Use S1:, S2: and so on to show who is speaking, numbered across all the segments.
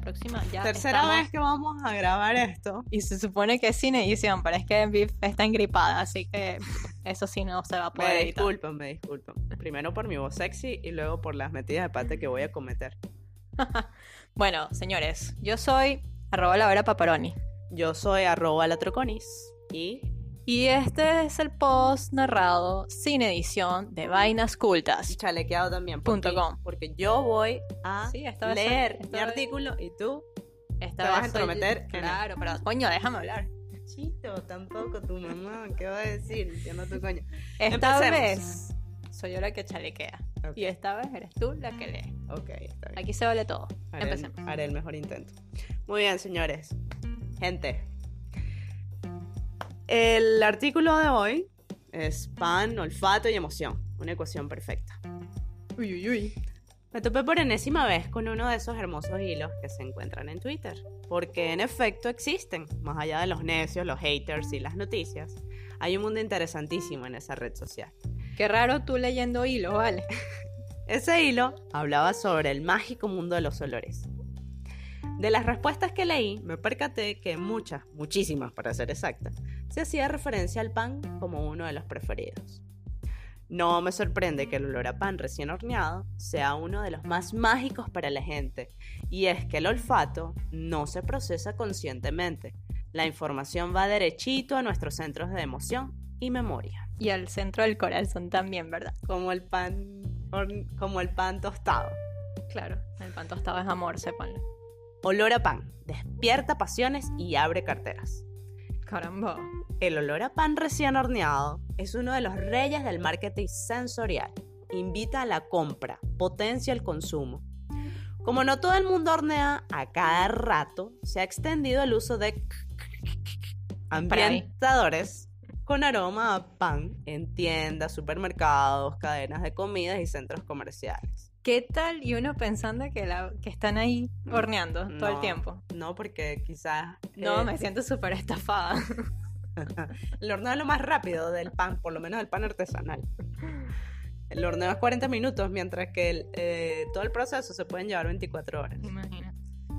S1: próxima ya.
S2: Tercera
S1: estamos-
S2: vez que vamos a grabar esto.
S1: Y se supone que es sin edición, pero es que Viv está engripada, así que eso sí no se va a poder
S2: Me
S1: editar.
S2: disculpan, me disculpan. Primero por mi voz sexy y luego por las metidas de pata que voy a cometer.
S1: Bueno, señores, yo soy arroba la vera paparoni.
S2: Yo soy arroba latroconis y
S1: Y este es el post narrado sin edición de Vainas Cultas.
S2: chalequeado también.
S1: Punto
S2: porque-
S1: com.
S2: Porque yo voy a
S1: Sí, esta vez soy-
S2: leer
S1: esta
S2: mi
S1: vez-
S2: artículo y tú
S1: Esta vez
S2: te vas a
S1: soy-
S2: entrometer en-
S1: Claro, pero coño, déjame hablar.
S2: Chito, tampoco tu mamá, ¿qué va a decir? Yo no tu coño.
S1: Esta
S2: Empecemos.
S1: vez soy yo la que chalequea.
S2: Ok.
S1: Y esta vez eres tú la que lee.
S2: Ok, está bien.
S1: Aquí se vale todo.
S2: Haré el,
S1: Empecemos.
S2: haré el mejor intento. Muy bien, señores. Gente. El artículo de hoy es pan, olfato y emoción. Una ecuación perfecta.
S1: Uy, uy, uy.
S2: Me topé por enésima vez con uno de esos hermosos hilos que se encuentran en Twitter, porque en efecto existen, más allá de los necios, los haters y las noticias. Hay un mundo interesantísimo en esa red social.
S1: Qué raro tú leyendo hilo, vale.
S2: Ese hilo hablaba sobre el mágico mundo de los olores. De las respuestas que leí, me percaté que muchas, muchísimas para ser exacta, se hacía referencia al pan como uno de los preferidos. No me sorprende que el olor a pan recién horneado sea uno de los más mágicos para la gente, y es que el olfato no se procesa conscientemente. La información va derechito a nuestros centros de emoción y memoria
S1: Y al centro del corazón también, ¿verdad?
S2: como el pan horn- como el pan tostado.
S1: Claro, el pan tostado es amor, sépanlo.
S2: Olor a pan, despierta pasiones y abre carteras.
S1: Caramba.
S2: El olor a pan recién horneado es uno de los reyes del marketing sensorial. Invita a la compra, potencia el consumo. Como no todo el mundo hornea a cada rato, se ha extendido el uso de ambientadores con aroma a pan en tiendas, supermercados, cadenas de comidas y centros comerciales.
S1: ¿Qué tal? Y uno pensando que, la, que están ahí horneando todo el
S2: Mm. No.
S1: tiempo.
S2: No, porque quizás.
S1: No,
S2: eh,
S1: me siento súper estafada.
S2: El horneo es lo más rápido del pan, por lo menos del pan artesanal. El horneo es 40 minutos, mientras que el, eh, todo el proceso se pueden llevar 24 horas.
S1: Imagínate.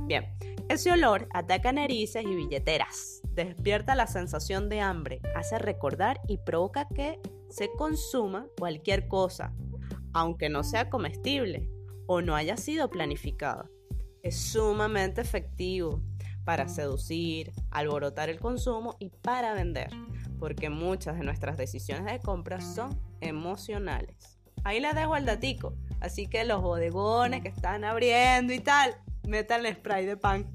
S2: Bien, ese olor ataca narices y billeteras, despierta la sensación de hambre, hace recordar y provoca que se consuma cualquier cosa, aunque no sea comestible o no haya sido planificado. Es sumamente efectivo para seducir, alborotar el consumo y para vender, porque muchas de nuestras decisiones de compra son emocionales. Ahí les dejo el datico, así que los bodegones que están abriendo y tal, metan el spray de pan.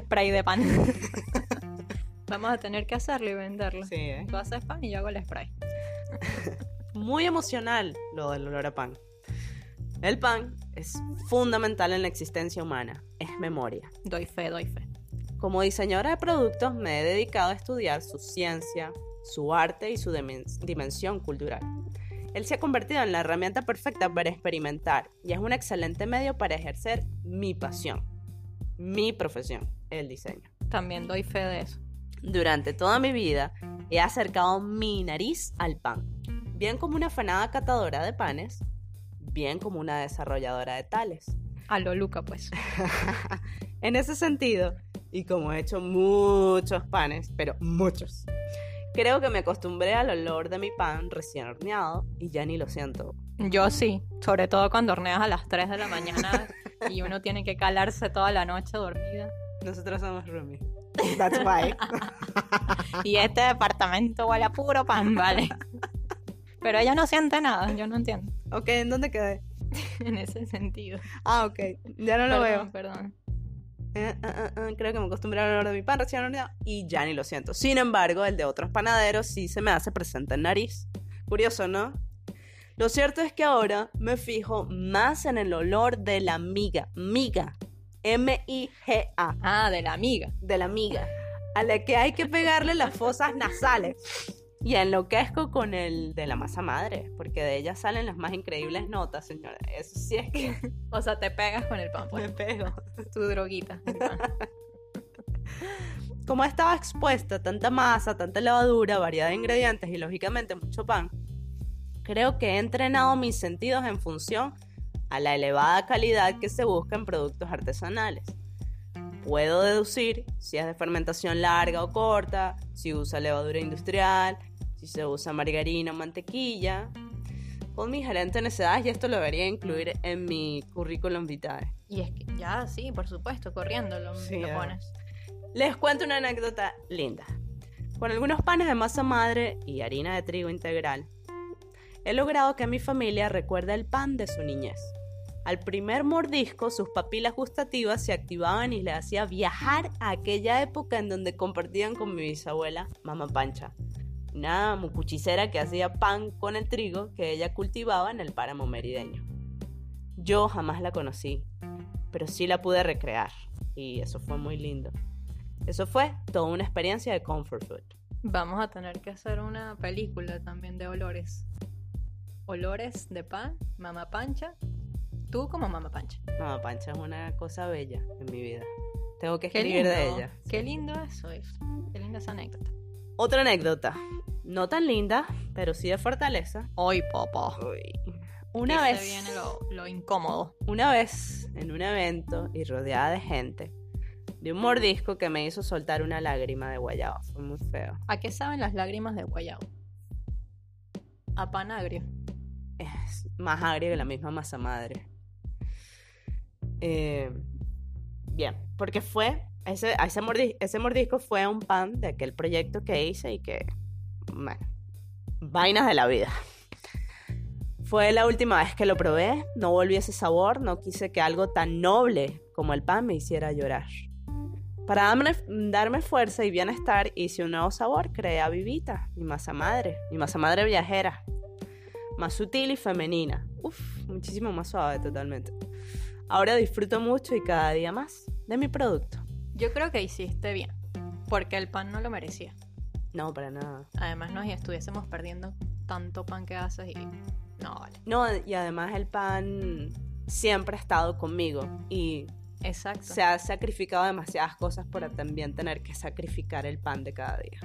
S1: Spray de pan. Vamos a tener que hacerlo y venderlo.
S2: Sí, ¿eh?
S1: Tú haces pan y yo hago el spray.
S2: Muy emocional lo del olor a pan. El pan es fundamental en la existencia humana, es memoria.
S1: Doy fe, doy fe.
S2: Como diseñadora de productos me he dedicado a estudiar su ciencia, su arte y su dimen- dimensión cultural. Él se ha convertido en la herramienta perfecta para experimentar y es un excelente medio para ejercer mi pasión, mi profesión, el diseño.
S1: También doy fe de eso.
S2: Durante toda mi vida he acercado mi nariz al pan, bien como una afanada catadora de panes, bien como una desarrolladora de tales.
S1: A lo Luca, pues.
S2: En ese sentido, y como he hecho muchos panes, pero muchos, creo que me acostumbré al olor de mi pan recién horneado y ya ni lo siento.
S1: Yo sí, sobre todo cuando horneas a las 3 de la mañana y uno tiene que calarse toda la noche dormida.
S2: Nosotros somos roomies. That's why.
S1: Y este departamento huele a puro pan, ¿vale? Pero ella no siente nada, yo no entiendo
S2: ok, ¿en dónde quedé?
S1: en ese sentido.
S2: Ah, ok, ya no lo veo.
S1: perdón, perdón.
S2: Eh, eh, eh, eh, creo que me acostumbré al olor de mi pan recién horneado y ya ni lo siento. Sin embargo, el de otros panaderos sí se me hace presente en nariz. Curioso, ¿no? Lo cierto es que ahora me fijo más en el olor de la miga. Miga. M-I-G-A.
S1: Ah, de la amiga.
S2: De la miga. A la que hay que pegarle las fosas nasales. Y enloquezco con el de la masa madre, porque de ella salen las más increíbles notas, señora. Eso sí es que
S1: O sea, te pegas con el pan,
S2: me
S1: pues,
S2: pego.
S1: tu droguita. el pan.
S2: Como estaba expuesta a tanta masa, tanta levadura, variedad de ingredientes y lógicamente mucho pan, creo que he entrenado mis sentidos en función a la elevada calidad que se busca en productos artesanales. Puedo deducir si es de fermentación larga o corta, si usa levadura industrial, si se usa margarina o mantequilla. Con mi gerente en esa edad, y esto lo debería incluir en mi currículum vitae.
S1: Y es que ya, sí, por supuesto, corriendo lo,
S2: Sí,
S1: lo
S2: ya.
S1: pones.
S2: Les cuento una anécdota linda. Con algunos panes de masa madre y harina de trigo integral, he logrado que mi familia recuerde el pan de su niñez. Al primer mordisco, sus papilas gustativas se activaban y les hacía viajar a aquella época en donde compartían con mi bisabuela, Mamá Pancha, una mucuchicera que hacía pan con el trigo que ella cultivaba en el páramo merideño. Yo jamás la conocí, pero sí la pude recrear, y eso fue muy lindo. Eso fue toda una experiencia de comfort food.
S1: Vamos a tener que hacer una película también de olores. Olores de pan, mamá pancha. Tú como mamá pancha.
S2: Mamá Pancha es una cosa bella en mi vida. Tengo que
S1: Qué
S2: escribir de
S1: lindo,
S2: ella.
S1: Qué lindo eso es. Qué linda esa anécdota.
S2: Otra anécdota. No tan linda, pero sí de fortaleza.
S1: Hoy, papá.
S2: Uy. Una
S1: Aquí
S2: vez,
S1: se viene lo, lo incómodo.
S2: una vez, en un evento y rodeada de gente, de un mordisco que me hizo soltar una lágrima de guayaba. Fue muy feo.
S1: ¿A qué saben las lágrimas de guayabo? A pan agrio.
S2: es más agria que la misma masa madre. Eh, bien, porque fue, ese, a ese, mordi- ese mordisco fue un pan de aquel proyecto que hice y que, bueno, vainas de la vida. Fue la última vez que lo probé, no volví ese sabor, no quise que algo tan noble como el pan me hiciera llorar. Para darme, darme fuerza y bienestar hice un nuevo sabor, creé a Vivita, mi masa madre, mi masa madre viajera, más sutil y femenina. Uf, muchísimo más suave totalmente. Ahora disfruto mucho y cada día más de mi producto.
S1: Yo creo que hiciste bien. Porque el pan no lo merecía.
S2: No, para nada.
S1: Además, nos estuviésemos perdiendo tanto pan que haces y. No, vale.
S2: No, y además el pan siempre ha estado conmigo y
S1: Exacto.
S2: se ha sacrificado demasiadas cosas para también tener que sacrificar el pan de cada día.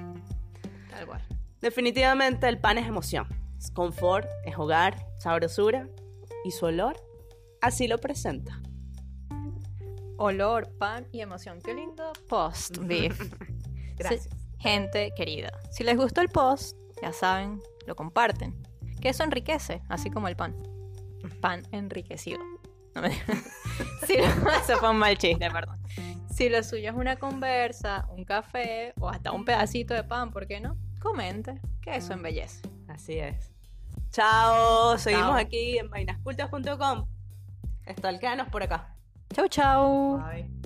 S1: Tal cual.
S2: Definitivamente el pan es emoción, es confort, es hogar, sabrosura y su olor así lo presenta.
S1: Olor, pan y emoción. Qué lindo post, beef.
S2: Gracias.
S1: Gente querida, si les gustó el post, ya saben, lo comparten. Que eso enriquece, así como el pan. Pan enriquecido. No me si lo- Eso fue un mal chiste, perdón. Si lo suyo es una conversa, un café o hasta un pedacito de pan, ¿por qué no? Comente, que eso embellece.
S2: Así es. Chao, seguimos
S1: Chao.
S2: aquí en vainascultas.com. Estalcanos por acá.
S1: Chau, chau.
S2: Bye.